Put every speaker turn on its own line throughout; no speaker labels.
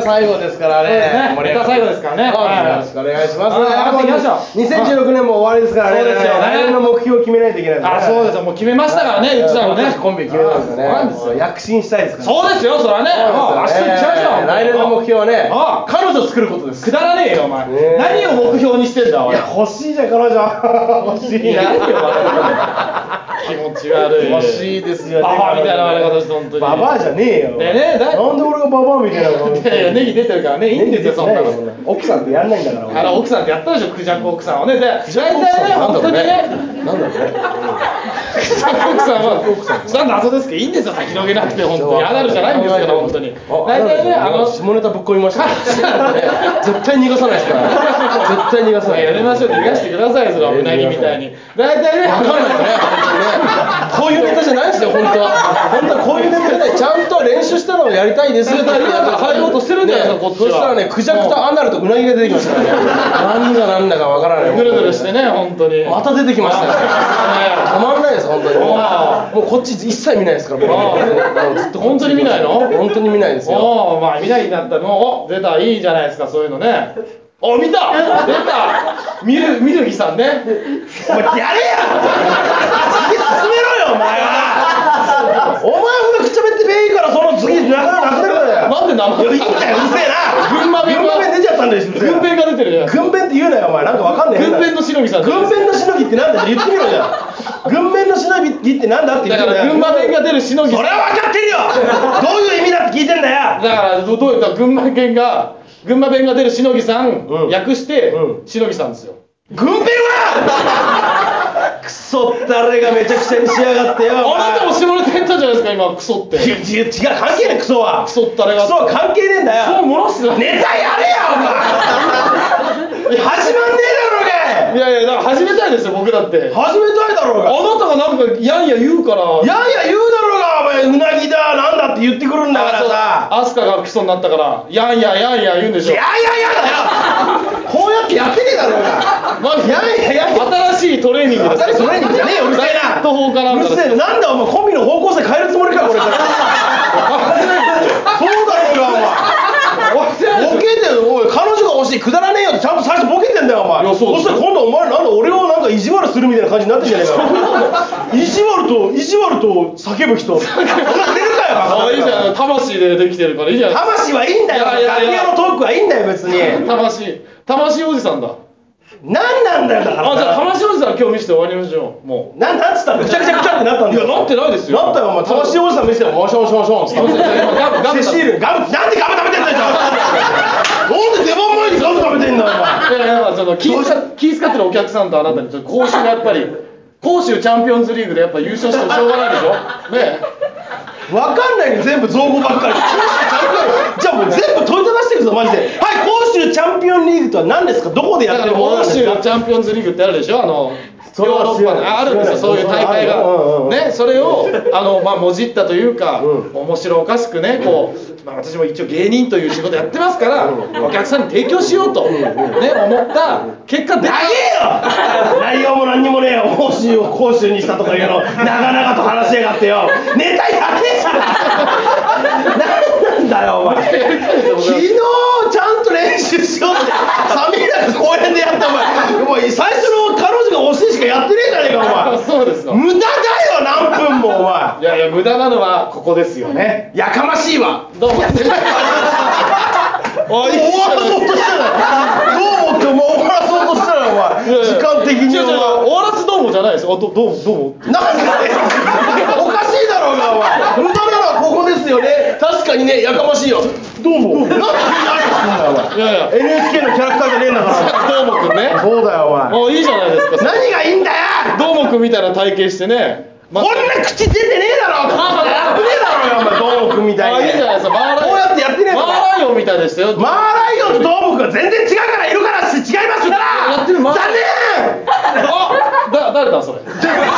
最後ですから
そうですね
ね。盛り上が
歌
って
最後ですからね
そうです
はい
よろしくお願いします。
はい頑張っていきましょう
もう2016年も終わりですからね。
そうですよね
来年の目標を決めないといけない
あそうです
よ。
よもう決めましたからねうちらも
僕た
ね
ちコンビ決めたんですよね。
そうなんですよ
もう躍進したいですか
そう
ら。
ですよそれはねもう明日行っちゃうよ
ね来年の目標はね
ああ、
彼女作ることです。
くだらねえよお前、
ねえ
何を目標にしてんだおい
欲しいじゃん、彼女。欲しいな。
気持ち悪い
欲しいですよね。
ババアみたいな笑い方して本当に
ババアじゃねえよ。
でねだい
なんで俺がババアみたいな顔し
いやいやネギ出てるからねいいんですよそんなの
奥さんってやんないんだから俺
あの奥さんってやったでしょクジャク奥さんをねで大体ね本当にね
なんだろうね
クジャク奥さんはそれは謎ですけどいいんですよ広げなくて本当にアナルじゃないんですから本当に大体ねあの
下ネタぶっ込みま した絶対逃がさないですから絶対逃がさない
やりましょうって逃がしてくださいそれはうなぎみたいに大体ね
わかんないよね本当にねこういうネタじゃないですよ本 当は本当はこういうネタじゃないちゃんと練習したのをやりたいですって
だからリアル入ろうとしてるんじゃないですかこっちは
そしたらねクジャクとアナルとウナギが出てきましたからね何が何だかわからない
ぬるぬるしてね本当に
また出てきましたね止まらないです本当にも
あ
うもうこっち一切見ないですから
あ
僕もうずっと
本当に見ないの
本当に見ないですよ
おおまあ見ないになったのお出たいいじゃないですかそういうのねお見た出たみるみるぎさんねやれや次進めろよお前は
お前ほらくちゃべってべえからその次流れなくなるからよ
なんで名前いいんだようるせえな群馬弁
軍弁
が
出ちゃったんですよ
群弁が出てるじゃん
軍弁って言うなよお前なんかわかんない
群弁のしのぎさん
軍弁のしのぎってなんだって言ってみろじゃん軍弁のしのぎってなんだって言
だ
っ
か
て
ら群
みろ
馬弁が出るしのぎさん
それは分かってるよどういう意味だって聞いてんだ
だ
よ
からどどういうか群馬弁が群馬弁が出るしのぎさん、
うん
訳して、
う
しのぎさんですよ
軍弁はクソったれがめちゃくちゃにしやがってよお
あ
前
なたも下ネタ言ったじゃないですか今クソっ
い
て
や違う違う関係ねえクソは
クソったれが
クソは関係ねえんだよ
もう漏らすな
ネタやれよお前始まんね
い
えだろうが
やいやだから始めたいですよ僕だってあ
始めたいだろうが
なたがなんかやんや言うから
やんや言うだろうがお前うなぎだなんだって言ってくるんだからさ
アスカがクソになったからやんややんや言うんでしょ
やんややだよこうやってやってねえだろうが
まあ
やんややんや
新しいトレーニングです
私それにじゃねえようるせ
ダ
え
イエッ
な
ト法かなんか
う
で
る
す
せえなんだお前コンビの方向性変えるつもりかこれからそうだろうがお前ボケてるおい彼女が欲しいくだらねえよってちゃんと最初ボケてんだよお前
いやそうです
したら今度お前なんだ俺をなんか意地悪するみたいな感じになってんじゃねえかよ意 地悪と意地悪と叫ぶ人そんな売れるかよバ
あ
カ
いいじゃん魂でできてるからいいじゃん
魂はいいんだよ
いやいやいや
楽屋のトークはいいんだよ別に
魂魂おじさんだ
何なんだよだから
あじゃあ魂おじさん今日見せて終わりましょうもう
なんなんつったのぐちゃぐちゃぐちゃってなったん
い
だ
や、
よ
なってないですよ。
なったよお前魂おじさん見せたらマシャマシャマシャマシ ャ
ガムガム
セシールガムなんでガム食べてんだよじゃあなんで出番前にガム食べてんだよお前
いやいや、まあその気
どうした
気使ってるお客さんとあなたに、ちょっと講習がやっぱり、講習チャンピオンズリーグでやっぱ優勝してもしょうがないでしょ。ね
わかんないの全部造語ばっかり。じゃあもう全部問いただしてるぞマジで。はい、甲州チャンピオンリーグとは何ですか。どこで
え。だ
やっ
か
て
ら、
るものなん
欧
で
州
すか。
チャンピオンズリーグってあるでしょ、あの、
そ
ヨー
れは
ロッパ
強い
のああるんですよ、そういう大会
うんうんう
が。
ん
ね、それを、あの、まあ、もじったというか、
う
面白おかしくね、こう、まあ、私も一応芸人という仕事やってますから、お客さんに提供しようと、ね、思った結果、で
長えよ。内容も何にもねえよ。甲州を甲州にしたとかいうの長々と話しやがってよ。ネタやねえじゃん。何なんだよお前。昨日ちゃんと練習しようって寒い中公園でやったお前。お前最初の彼女が欲しいしかやってねえじゃねえかお前。
そうですか。
無駄だよ何分もお前。
いやいや、無駄なのはここですよね。
ね、やかましいわ。
ど うも。おい
終わらそうとしたら、どう思っても終わらそうとしたら、お前、時間的に
違う違う
お
終
前。
わらずどうもじゃないです。あ、ど、どうも、どうも。
なんでおかしいだろうが、お前。無駄なのはここですよね。確かにね、やかましいよ。どうも。なんで急に挨拶すんだよ、
いやいや
お、前。NHK のキャラクターじゃねえんだか
どうもくんね
ら。。そうだよ、お前。
もういいじゃないですか。
何がいいんだよ
どうもくんみたいな体型してね。ま
こんな口出てねえだろやってねえだろうが、お前、どうもくんみた
あ、
い
いいじ
に
ゃ。ないですか。マーライ
こ
オ
う
ン。
やってやってねえだ
マー
ろ。
ライオンみたいでしたよ。
マーライオンとドーム君は全然違うからいるからし違いますから
やってるマー
残念
あ、だ、誰だそれ。誰です
ア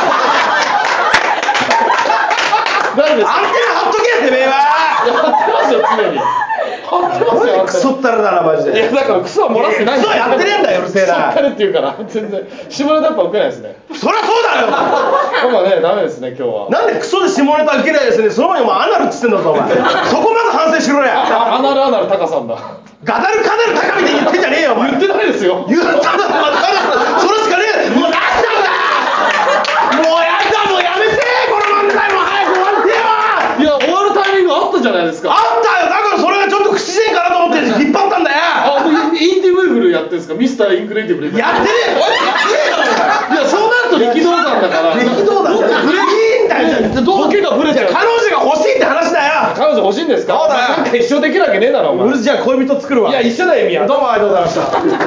か。
ンテナ張っとけよてめえは
やってますよ常に。やってますよ。
クソったらだなマジ
いや
で
だからクソは漏らしてない。
クソやってねえんだようるせえ
クソばっ
な
かりって言うから全然下ネタやっぱ受けないですね。
そりゃそうだよ
今日はねダメですね今日は。
なんでクソで下ネタ受けないですねその前にお前アナルっつってんだぞお前そこまず反省ししろや
あアナルアナルタカさんだ
ガダルカダル高みで言ってんじゃねえよお前
言ってないですよ
言っただろまだそれしかねえもう出したんだもうやだもうやめてこの漫才も早く終わってよ
いや終わるタイミングあったじゃないですか
あったよだからそれがちょっと不自然かなと思って引っ張ったんだよ
あもうインインディウェーブルやってるんですかミスターインクレディブル
やってねえ俺やってねえよお前
いやそうなると力道山だから
適当だよ。ブレーキだよ。じゃあ
ボケがブレちゃう
彼女が欲しいって話だよ。
彼女欲しいんですか
そうだ
な
よ
んか一生できるわけねえだろお前
俺じゃあ恋人作るわ。
いや一緒だよみや
どうもありがとうございました。